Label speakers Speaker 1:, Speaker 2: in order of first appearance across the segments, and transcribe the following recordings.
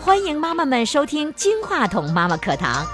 Speaker 1: 欢迎妈妈们收听金话筒妈妈课堂。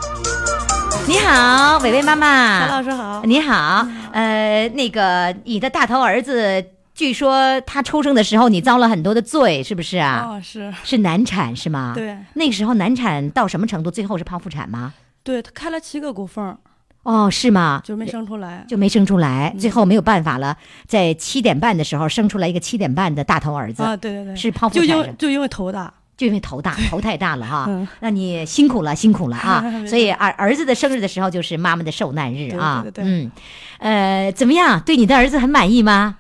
Speaker 1: 你好，伟伟妈妈。
Speaker 2: 韩老师好，
Speaker 1: 你好，呃，那个你的大头儿子，据说他出生的时候你遭了很多的罪，是不是啊？
Speaker 2: 哦，是
Speaker 1: 是难产是吗？。
Speaker 2: 对
Speaker 1: 那个时候难产到什么程度？最后是剖腹产吗？
Speaker 2: 对，他开了七个骨缝儿，嗯
Speaker 1: 哦，是吗？
Speaker 2: 就没生出来。
Speaker 1: 就没生出
Speaker 2: 嗯
Speaker 1: 来，最后没有办法了，在七点半的时候生出来一个七点半的大头儿子，
Speaker 2: 啊，对对对，
Speaker 1: 是剖腹
Speaker 2: 就
Speaker 1: 产
Speaker 2: 因
Speaker 1: 的
Speaker 2: 为，就因为头大，
Speaker 1: 就因为头大，头太大了哈。
Speaker 2: 嗯
Speaker 1: 那你辛苦了，辛苦了啊！
Speaker 2: 没
Speaker 1: 所以儿儿子的生日的时候就是妈妈的受难日啊。
Speaker 2: 对对对
Speaker 1: 嗯，呃，怎么样？对你的儿子很满意吗？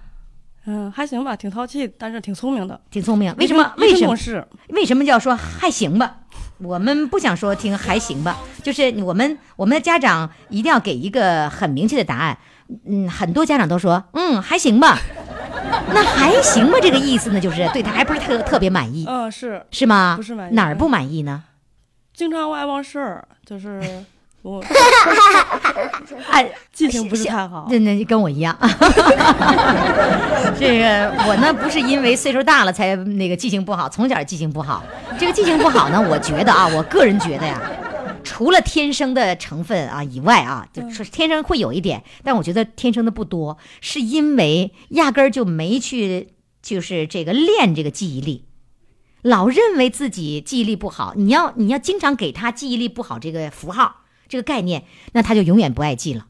Speaker 2: 嗯，还行吧，挺淘气，但是挺聪明的。
Speaker 1: 挺聪明。为
Speaker 2: 一
Speaker 1: 什
Speaker 2: 生
Speaker 1: 么？为
Speaker 2: 一生
Speaker 1: 什么
Speaker 2: 懂？事？
Speaker 1: 为什么要说还行吧？我们不想说听还行吧，就是我们我们的家长一定要给一个很明确的答案。嗯，很多家长都说，嗯，还行吧。 那还行吧这个意思呢，就是对他还不是特特别满意，
Speaker 2: 嗯，是，
Speaker 1: 是吗？
Speaker 2: 不是满意
Speaker 1: 哪儿不满意呢？
Speaker 2: 经常外忘事儿，就是 我
Speaker 1: 哎，
Speaker 2: 记性不是太好。
Speaker 1: 那那跟我一样， 这个我呢不是因为岁数大了才那个记性不好，从小记性不好。这个记性不好呢，我觉得啊，我个人觉得呀，除了天生的成分啊以外啊，就是天生会有一点，但我觉得天生的不多，是因为压根儿就没去就是这个练这个记忆力。老认为自己记忆力不好，你要你要经常给他记忆力不好这个符号、这个概念，那他就永远不爱记了，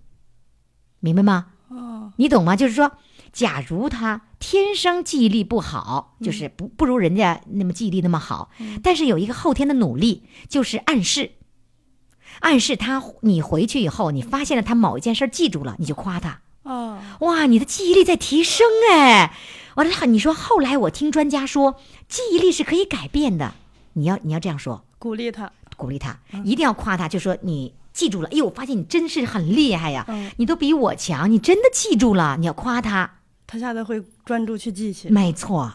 Speaker 1: 明白吗？
Speaker 2: 哦，
Speaker 1: 你懂吗？就是说，假如他天生记忆力不好，就是不不如人家那么记忆力那么好，但是有一个后天的努力，就是暗示，暗示他，你回去以后，你发现了他某一件事儿记住了，你就夸他，
Speaker 2: 啊，
Speaker 1: 哇，你的记忆力在提升哎！完了，你说后来我听专家说，记忆力是可以改变的，你要你要这样说，
Speaker 2: 鼓励他。
Speaker 1: 鼓励他，一定要夸他，就说你记住了，哎呦，我发现你真是很厉害呀，
Speaker 2: 嗯，
Speaker 1: 你都比我强，你真的记住了，你要夸他。
Speaker 2: 他下次会专注去记去。
Speaker 1: 没错，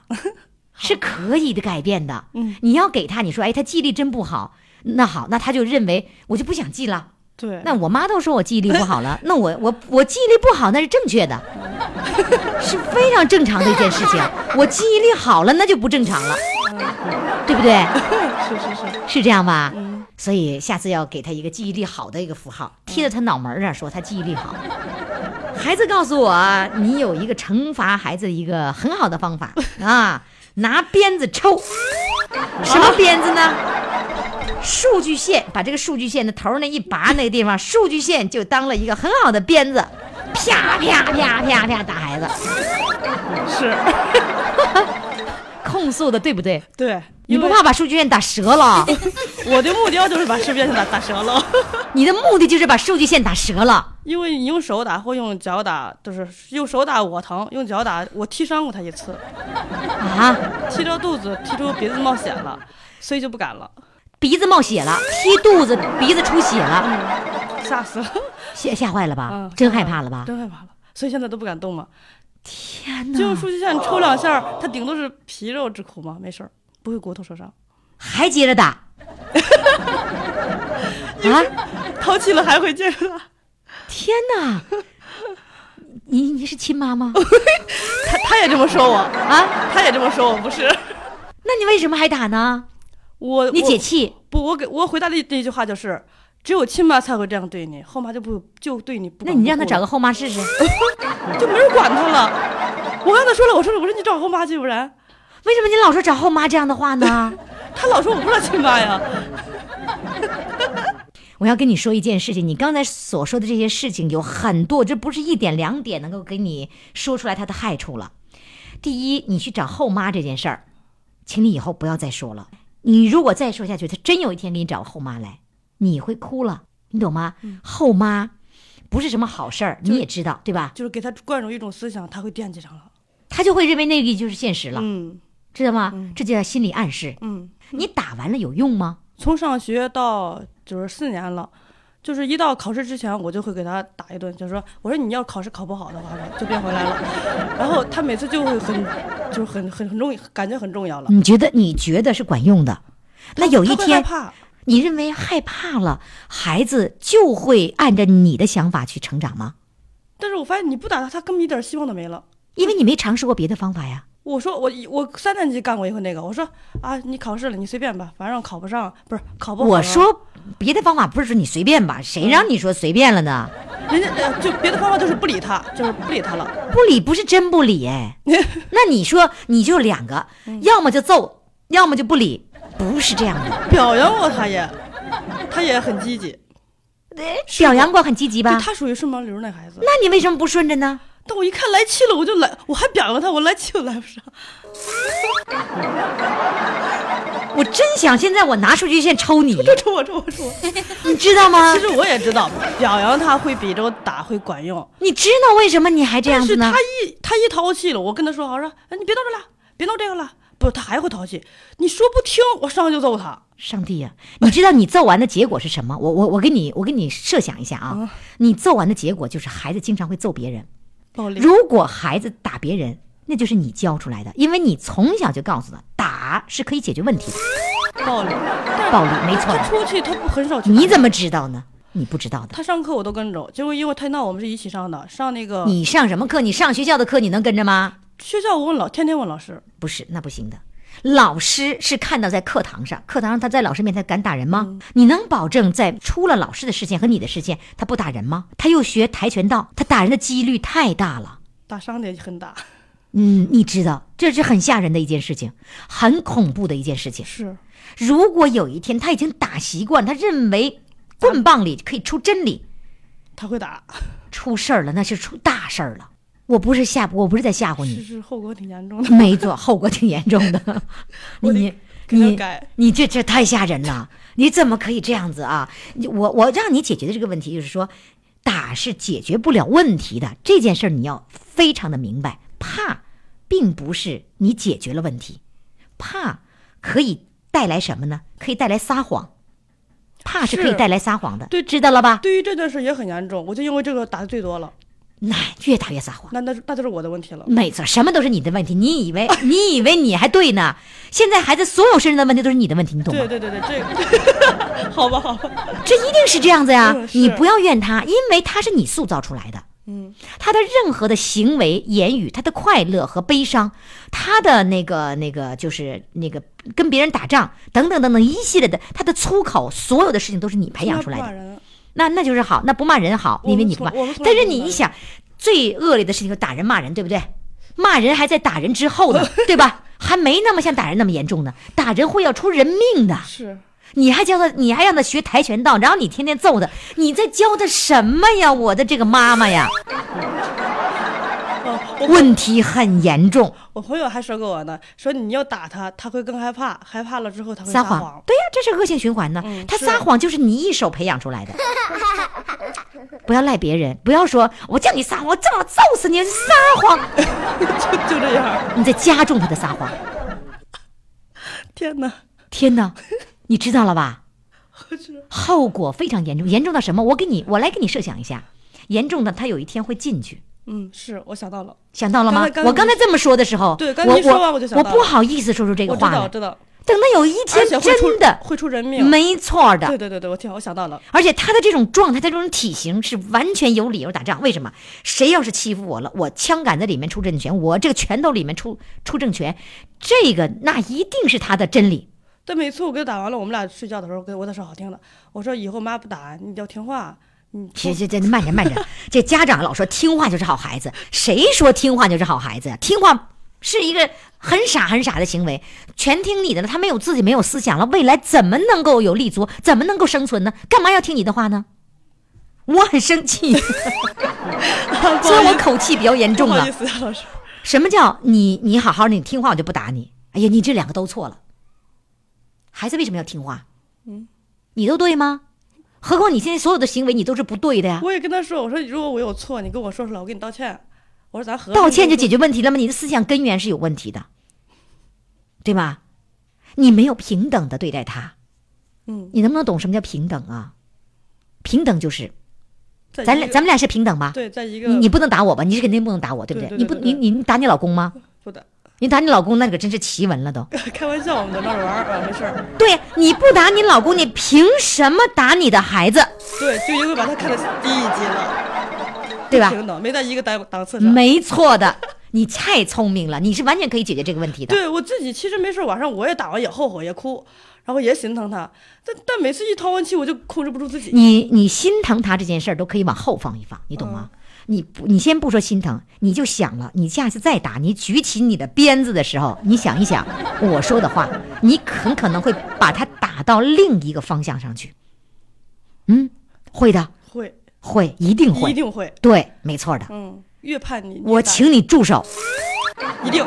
Speaker 1: 是可以的改变的。
Speaker 2: 嗯，
Speaker 1: 你要给他，你说，哎，他记忆力真不好，那好，那他就认为我就不想记了。
Speaker 2: 对，
Speaker 1: 那我妈都说我记忆力不好了，那我我我记忆力不好那是正确的，是非常正常的一件事情。我记忆力好了，那就不正常了，对不对？
Speaker 2: 是是是，
Speaker 1: 是这样吧？
Speaker 2: 嗯，
Speaker 1: 所以下次要给他一个记忆力好的一个符号，贴在他脑门儿上，说他记忆力好。孩子告诉我，你有一个惩罚孩子的一个很好的方 法啊，拿鞭子抽。什么鞭子呢？数据线，把这个数据线的头儿那一拔那个地方，数据线就当了一个很好的鞭子，啪啪啪啪啪打孩子，
Speaker 2: 是，
Speaker 1: 控诉的对不对？
Speaker 2: 对，
Speaker 1: 你
Speaker 2: 因
Speaker 1: 不
Speaker 2: 为
Speaker 1: 怕把数据线打折了？
Speaker 2: 我的目标就是把视频打打折了。
Speaker 1: 你的目的就是把数据线打折了。
Speaker 2: 因为你用手打或用脚打，就是用手打我疼，用脚打我踢伤过他一次，
Speaker 1: 啊，
Speaker 2: 踢着肚子，踢出鼻子冒血了，所以就不敢了，
Speaker 1: 鼻子冒血了，踢肚子，鼻子出血了，
Speaker 2: 吓死了，
Speaker 1: 吓吓坏了吧？
Speaker 2: 嗯
Speaker 1: 真害怕了吧？
Speaker 2: 真害怕了，所以现在都不敢动嘛。
Speaker 1: 天
Speaker 2: 就用
Speaker 1: 哪！
Speaker 2: 数据线抽两下儿，它顶多是皮肉之苦嘛，没事儿，不会骨头受伤。
Speaker 1: 还接着打？ 啊！
Speaker 2: 淘气了还会接着打，
Speaker 1: 天哪！你你是亲妈吗？
Speaker 2: 他他也这么说我，
Speaker 1: 啊？
Speaker 2: 他也这么说我，不是
Speaker 1: 那你为什么还打呢？
Speaker 2: 我。
Speaker 1: 你解
Speaker 2: 我
Speaker 1: 气
Speaker 2: 不？我给我回答的那句话就是，只有亲妈才会这样对你，后妈就不就对你不
Speaker 1: 那
Speaker 2: 管不顾了。
Speaker 1: 你让他找个后妈试试。
Speaker 2: 就没人管他了。我跟他说了，我说我说你找后妈去，不然
Speaker 1: 为什么你老说找后妈这样的话呢？
Speaker 2: 他老说我不知道亲妈呀。
Speaker 1: 我要跟你说一件事情，你刚才所说的这些事情有很多，这不是一点两点能够给你说出来它的害处了。第一，你去找后妈这件事儿，请你以后不要再说了。你如果再说下去，他真有一天给你找后妈来，你会哭了，你懂吗？
Speaker 2: 嗯
Speaker 1: 后妈不是什么好事儿，你也知道对吧？
Speaker 2: 就是给他灌输一种思想，他会惦记上了。
Speaker 1: 他就会认为那个就是现实了，
Speaker 2: 嗯
Speaker 1: 知道吗？这就叫心理暗示。
Speaker 2: 嗯，
Speaker 1: 你打完了有用吗？
Speaker 2: 从上学到就是四年了。就是一到考试之前，我就会给他打一顿，就说我说你要考试考不好的话，就别回来了。 然后他每次就会很，就是很很很重，感觉很重要了。
Speaker 1: 你觉得你觉得是管用的？嗯那有一
Speaker 2: 他会害
Speaker 1: 天
Speaker 2: 怕，
Speaker 1: 你认为害怕了，孩子就会按照你的想法去成长吗？
Speaker 2: 但是我发现你不打他，他根本一点希望都没了。
Speaker 1: 因为你没尝试过别的方法呀。
Speaker 2: 我说我我三年级干过一回那个，我说啊，你考试了，你随便吧，反正考不上不是考不好。
Speaker 1: 我，说别的方法不是说你随便吧？谁让你说随便了呢？
Speaker 2: 人家呃就别的方法就是不理他，就是不理他了。
Speaker 1: 不理不是真不理哎，那你说你就两个，
Speaker 2: 嗯
Speaker 1: 要么就揍，要么就不理，不是这样的。
Speaker 2: 表扬我，他也，他也很积极，
Speaker 1: 表扬过很积极
Speaker 2: 就
Speaker 1: 吧？
Speaker 2: 他属于顺毛驴那孩子。
Speaker 1: 那你为什么不顺着呢？
Speaker 2: 但我一看来气了，我就来，我还表扬他，我来气都来不上。
Speaker 1: 我真想现在我拿出去现抽你，
Speaker 2: 这抽我抽我抽我。
Speaker 1: 你知道吗
Speaker 2: 其？实我也知道，表扬他会比着打会管用，
Speaker 1: 你知道为什么你还这
Speaker 2: 但
Speaker 1: 样
Speaker 2: 是
Speaker 1: 子
Speaker 2: 他
Speaker 1: 呢？
Speaker 2: 一他一淘气了，我跟他说，我说哎你别闹这了，别闹这个了。不，他还会淘气，你说不听，我上去就揍他。
Speaker 1: 上帝呀、你知道你揍完的结果是什么？我我我给你我给你设想一下啊，你揍完的结果就是孩子经常会揍别人。
Speaker 2: 暴力。
Speaker 1: 如果孩子打别人，那就是你教出来的，因为你从小就告诉他打是可以解决问题的，
Speaker 2: 暴力，
Speaker 1: 暴力没错
Speaker 2: 他
Speaker 1: 的。
Speaker 2: 出去他不很少去。
Speaker 1: 你怎？么知道呢？你不知道的。
Speaker 2: 他上课我都跟着，结果因为他那我们是一起上的，上那个
Speaker 1: 你上什么课？你上学校的课，你能跟着吗？
Speaker 2: 学校我问老天天问老师，
Speaker 1: 不是，那不行的。老师是看到在课堂上，课堂上他在老师面前敢打人吗？
Speaker 2: 嗯
Speaker 1: 你能保证在出了老师的视线和你的视线，他不打人吗？他又学跆拳道，他打人的几率太大了。
Speaker 2: 打伤的也很大，
Speaker 1: 嗯，你知道，这是很吓人的一件事情，很恐怖的一件事情。
Speaker 2: 是
Speaker 1: 如果有一天他已经打习惯，他认为棍棒里可以出真理，
Speaker 2: 他会打，
Speaker 1: 出事儿了那是出大事儿了。我不是吓，我不是在吓唬
Speaker 2: 是
Speaker 1: 你，
Speaker 2: 是后果挺严重的。
Speaker 1: 没错，后果挺严重的。
Speaker 2: 我得
Speaker 1: 你
Speaker 2: 给他
Speaker 1: 你
Speaker 2: 改
Speaker 1: 你这这太吓人了，你怎么可以这样子啊？你我我让你解决的这个问题就是说，打是解决不了问题的这件事儿，你要非常的明白，怕并不是你解决了问题，怕可以带来什么呢？可以带来撒谎，怕是可以
Speaker 2: 是
Speaker 1: 带来撒谎的，
Speaker 2: 对
Speaker 1: 知道了吧？
Speaker 2: 对于这件事也很严重，我就因为这个打的最多了，
Speaker 1: 那越打越撒谎。
Speaker 2: 那那那就是我的问题了。
Speaker 1: 没错，什么都是你的问题。你以为你以为你还对呢？现在孩子所有身上的问题都是你的问题，你懂吗
Speaker 2: 对？对对对，这个好吧好吧，
Speaker 1: 这一定是这样子呀、
Speaker 2: 嗯是
Speaker 1: 你不要怨他，因为他是你塑造出来的。
Speaker 2: 嗯，
Speaker 1: 他的任何的行为、言语，他的快乐和悲伤，他的那个、那个，就是那个跟别人打仗等等等等一系列的，他的粗口，所有的事情都是你培养出来
Speaker 2: 从
Speaker 1: 的
Speaker 2: 来。不骂人，
Speaker 1: 那那就是好，那不骂人好，
Speaker 2: 我
Speaker 1: 因
Speaker 2: 们
Speaker 1: 为你不
Speaker 2: 从
Speaker 1: 骂
Speaker 2: 我们。从来
Speaker 1: 但是
Speaker 2: 不
Speaker 1: 你
Speaker 2: 骂
Speaker 1: 一
Speaker 2: 人
Speaker 1: 想，最恶劣的事情就是打人骂人，对不对？骂人还在打人之后呢， 对吧？还没那么像打人那么严重呢，打人会要出人命的。
Speaker 2: 是
Speaker 1: 你还教他，你还让他学跆拳道，然后你天天揍他，你在教他什么呀？我的这个妈妈呀，
Speaker 2: 哦，我
Speaker 1: 问题很严重，
Speaker 2: 我朋友还说过我呢，说你要打他，他会更害怕，害怕了之后他会
Speaker 1: 撒
Speaker 2: 谎。
Speaker 1: 谎，对呀、这是恶性循环呢。
Speaker 2: 嗯
Speaker 1: 他
Speaker 2: 是
Speaker 1: 撒谎就是你一手培养出来的， 不要赖别人，不要说我叫你撒谎，我这么揍死你，撒谎，
Speaker 2: 就 就这样，
Speaker 1: 你在加重他的撒谎。
Speaker 2: 天哪，
Speaker 1: 天哪，你知道了吧？
Speaker 2: 我知道
Speaker 1: 后果非常严重，严重到什么？我给你，我来给你设想一下，严重的他有一天会进去。
Speaker 2: 嗯，是我想到了，
Speaker 1: 想到了吗？
Speaker 2: 刚才刚才
Speaker 1: 我刚才这么说的时候，
Speaker 2: 对刚才
Speaker 1: 我
Speaker 2: 一说完我就想到了
Speaker 1: 不好意思说出这个
Speaker 2: 我知
Speaker 1: 话
Speaker 2: 道，我
Speaker 1: 来。
Speaker 2: 知道，
Speaker 1: 等他有一
Speaker 2: 而
Speaker 1: 天
Speaker 2: 且会出
Speaker 1: 真的，
Speaker 2: 会出人命。
Speaker 1: 没错的，
Speaker 2: 对对对对，我听我想到了，
Speaker 1: 而且他的这种状态，他这种体型是完全有理由打仗。为什么？谁要是欺负我了，我枪杆子里面出政权，我这个拳头里面出出政权，这个那一定是他的真理。
Speaker 2: 但每次我给他打完了，我们俩睡觉的时候，跟我得说好听的，我说以后妈不打，你要听话， 你
Speaker 1: 这这这慢着慢着，这家长老说听话就是好孩子，谁说听话就是好孩子呀？听话是一个很傻很傻的行为，全听你的了，他没有自己没有思想了，未来怎么能够有立足？怎么能够生存呢？干嘛要听你的话呢？我很生 气，
Speaker 2: 不
Speaker 1: 所以
Speaker 2: 好意
Speaker 1: 我
Speaker 2: 思
Speaker 1: 口气比较严重
Speaker 2: 不好
Speaker 1: 了
Speaker 2: 意。思啊，老师，
Speaker 1: 什么叫你你好好的你听话我就不打你？哎呀，你这两个都错了。孩子为什么要听话？
Speaker 2: 嗯
Speaker 1: 你都对吗？何况你现在所有的行为你都是不对的呀。
Speaker 2: 我也跟他说，我说如果我有错，你跟我说出来，我给你道歉。我说咱和
Speaker 1: 道歉就解
Speaker 2: 决。
Speaker 1: 决问题了吗？你的思想根源是有问题的，对吧？你没有平等的对待他，
Speaker 2: 嗯，
Speaker 1: 你能不能懂什么叫平等啊？平等就是
Speaker 2: 在
Speaker 1: 咱
Speaker 2: 一
Speaker 1: 俩
Speaker 2: 呃个
Speaker 1: 咱们俩是平等吧？
Speaker 2: 对，在一个
Speaker 1: 你你不能打我吧？你是肯定不能打我，对不
Speaker 2: 对对
Speaker 1: 你不
Speaker 2: 对对
Speaker 1: 你你你打你老公吗？
Speaker 2: 不打，
Speaker 1: 你打你老公那可真是奇闻了都。
Speaker 2: 开玩笑，我们在闹着玩儿啊，没事儿。
Speaker 1: 对，你不打你老公，你凭什么打你的孩子？
Speaker 2: 对，就因为把他看得低一级了，
Speaker 1: 对吧？
Speaker 2: 平等，没在一个档档次上。
Speaker 1: 没错的，你太聪明了，你是完全可以解决这个问题的。
Speaker 2: 对我自己其实没事，晚上我也打完也后悔也哭，然后也心疼他，但但每次一掏完气我就控制不住自己。
Speaker 1: 你你心疼他这件事儿都可以往后放一放，你懂
Speaker 2: 嗯
Speaker 1: 吗？你不你先不说心疼，你就想了，你下次再打，你举起你的鞭子的时候，你想一想我说的话，你很可能会把它打到另一个方向上去。嗯，会的，
Speaker 2: 会，
Speaker 1: 会，一定会，
Speaker 2: 一定会，
Speaker 1: 对，没错的。
Speaker 2: 嗯，越叛逆，
Speaker 1: 我请你助手，
Speaker 2: 一定，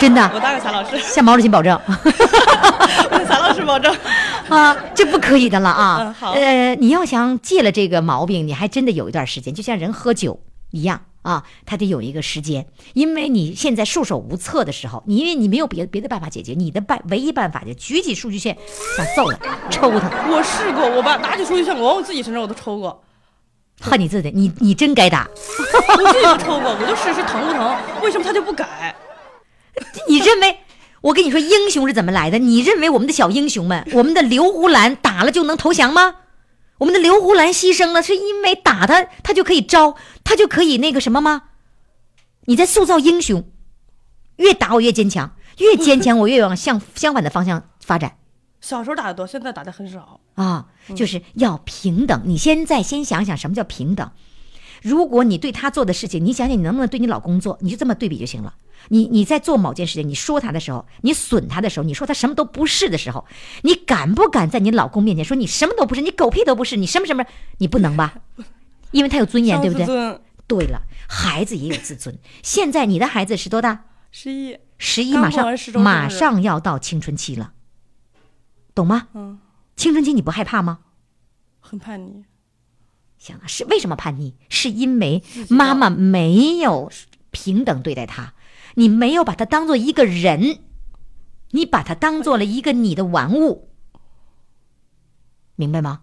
Speaker 1: 真
Speaker 2: 我
Speaker 1: 的，
Speaker 2: 答应贾老师，
Speaker 1: 向毛主席保证。
Speaker 2: 我跟贾老师保证。
Speaker 1: 啊，这不可以的了啊！
Speaker 2: 嗯好
Speaker 1: 呃，你要想戒了这个毛病，你还真得有一段时间，就像人喝酒一样啊，他得有一个时间，因为你现在束手无策的时候，你因为你没有别别的办法解决，你的办唯一办法就举起数据线想揍他、抽他，
Speaker 2: 我试过，我把拿起数据线，我往我自己身上我都抽过，
Speaker 1: 恨你自己，你你真该打，
Speaker 2: 我自己都抽过，我就试试疼不疼，为什么他就不改？
Speaker 1: 你认为？我跟你说，英雄是怎么来的？你认为我们的小英雄们，我们的刘胡兰打了就能投降吗？我们的刘胡兰牺牲了，是因为打他，他就可以招，他就可以那个什么吗？你在塑造英雄，越打我越坚强，越坚强我越往向相反的方向发展
Speaker 2: 小时候打的多，现在打的很少。
Speaker 1: 啊！
Speaker 2: 嗯
Speaker 1: 就是要平等。你现在先想想什么叫平等。如果你对他做的事情，你想想你能不能对你老公做，你就这么对比就行了。你你在做某件事情，你说他的时候，你损他的时候，你说他什么都不是的时候，你敢不敢在你老公面前说你什么都不是，你狗屁都不是，你什么什么，你不能吧？因为他有尊严，对不
Speaker 2: 自
Speaker 1: 对？
Speaker 2: 尊
Speaker 1: 对了，孩子也有自尊。现在你的孩子是多大？
Speaker 2: 失忆，
Speaker 1: 十一
Speaker 2: 刚
Speaker 1: 马
Speaker 2: 过完十
Speaker 1: 上
Speaker 2: 周岁
Speaker 1: 马上要到青春期了，懂吗？
Speaker 2: 嗯，
Speaker 1: 青春期你不害怕吗？
Speaker 2: 很叛逆，
Speaker 1: 想啊，是为什么叛逆？是因为妈妈没有平等对待他，你没有把他当做一个人，你把他当做了一个你的玩物，明白吗？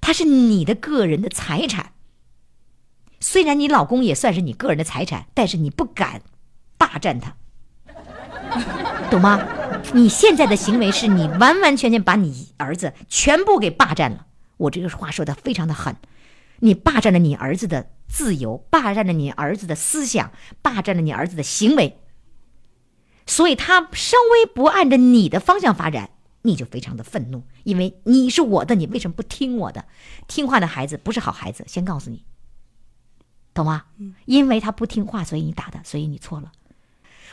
Speaker 1: 他是你的个人的财产，虽然你老公也算是你个人的财产，但是你不敢霸占他，懂吗？你现在的行为是你完完全全把你儿子全部给霸占了。我这个话说的非常的狠，你霸占了你儿子的自由，霸占了你儿子的思想，霸占了你儿子的行为，所以他稍微不按着你的方向发展，你就非常的愤怒，因为你是我的，你为什么不听我的？听话的孩子不是好孩子，先告诉你，懂吗？因为他不听话，所以你打他，所以你错了。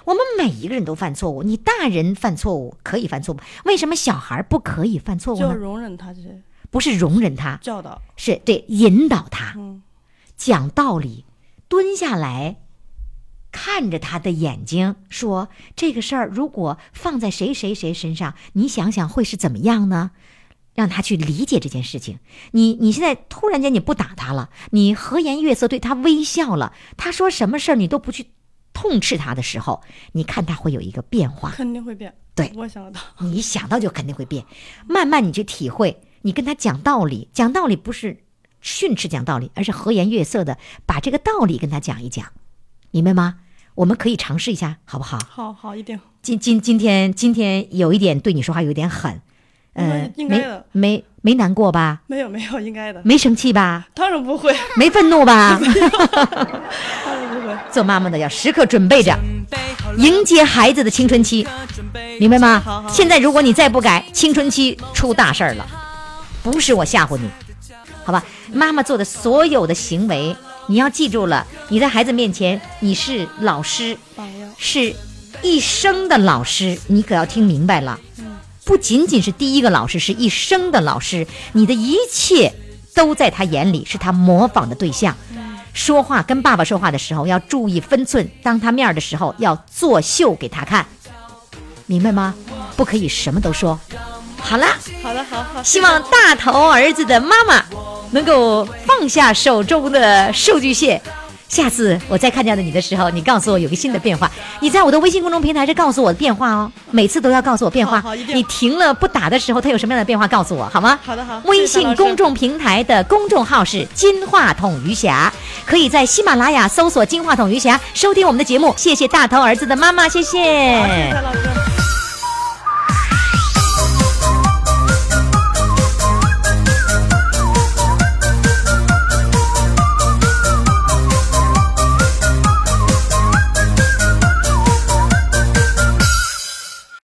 Speaker 1: 我们每一个人都犯错误，你大人犯错误可以犯错误，为什么小孩不可以犯错误
Speaker 2: 就要
Speaker 1: 呢？
Speaker 2: 容忍他这些
Speaker 1: 不是容忍他，
Speaker 2: 教导。
Speaker 1: 是对引导他，
Speaker 2: 嗯
Speaker 1: 讲道理，蹲下来，看着他的眼睛，说这个事儿如果放在谁谁谁身上，你想想会是怎么样呢？让他去理解这件事情。你你现在突然间你不打他了，你和颜悦色对他微笑了，他说什么事儿你都不去痛斥他的时候，你看他会有一个变化。
Speaker 2: 肯定会变。
Speaker 1: 对
Speaker 2: 我想得到。
Speaker 1: 你一想到就肯定会变，慢慢你去体会，你跟他讲道理，讲道理不是训斥讲道理，而是和颜悦色的把这个道理跟他讲一讲，明白吗？我们可以尝试一下，好不好？
Speaker 2: 好好，一定。
Speaker 1: 今今今天今天有一点对你说话有点狠，呃，
Speaker 2: 应该
Speaker 1: 没
Speaker 2: 的
Speaker 1: 没没难过吧？
Speaker 2: 没有没有，应该的。
Speaker 1: 没生气吧？
Speaker 2: 当然不会，
Speaker 1: 没愤怒吧？
Speaker 2: 当然不会。
Speaker 1: 做妈妈的要时刻准备着，
Speaker 3: 准备好了
Speaker 1: 迎接孩子的青春期，明白
Speaker 2: 好好
Speaker 1: 吗？现在如果你再不改，青春期出大事儿了。不是我吓唬你，好吧？妈妈做的所有的行为，你要记住了。你在孩子面前，你是老师，
Speaker 2: 榜样。
Speaker 1: 是一生的老师，你可要听明白了。不仅仅是第一个老师，是一生的老师。你的一切都在他眼里，是他模仿的对象。说话跟爸爸说话的时候要注意分寸，当他面儿的时候要作秀给他看，明白吗？不可以什么都说。好了。
Speaker 2: 好的，好好。
Speaker 1: 希望大头儿子的妈妈能够放下手中的数据线。下次我再看见你的时候，你告诉我有个新的变化。你在我的微信公众平台是告诉我的变化哦，每次都要告诉我变化。
Speaker 2: 好好一定
Speaker 1: 你停了不打的时候，它有什么样的变化，告诉我好吗？
Speaker 2: 好的好
Speaker 1: 微
Speaker 2: 谢谢
Speaker 1: 信
Speaker 2: 老师
Speaker 1: 公众平台的公众号是“金话筒余霞”，可以在喜马拉雅搜索“金话筒余霞”收听我们的节目。谢谢大头儿子的妈妈，谢谢
Speaker 2: 谢谢老师。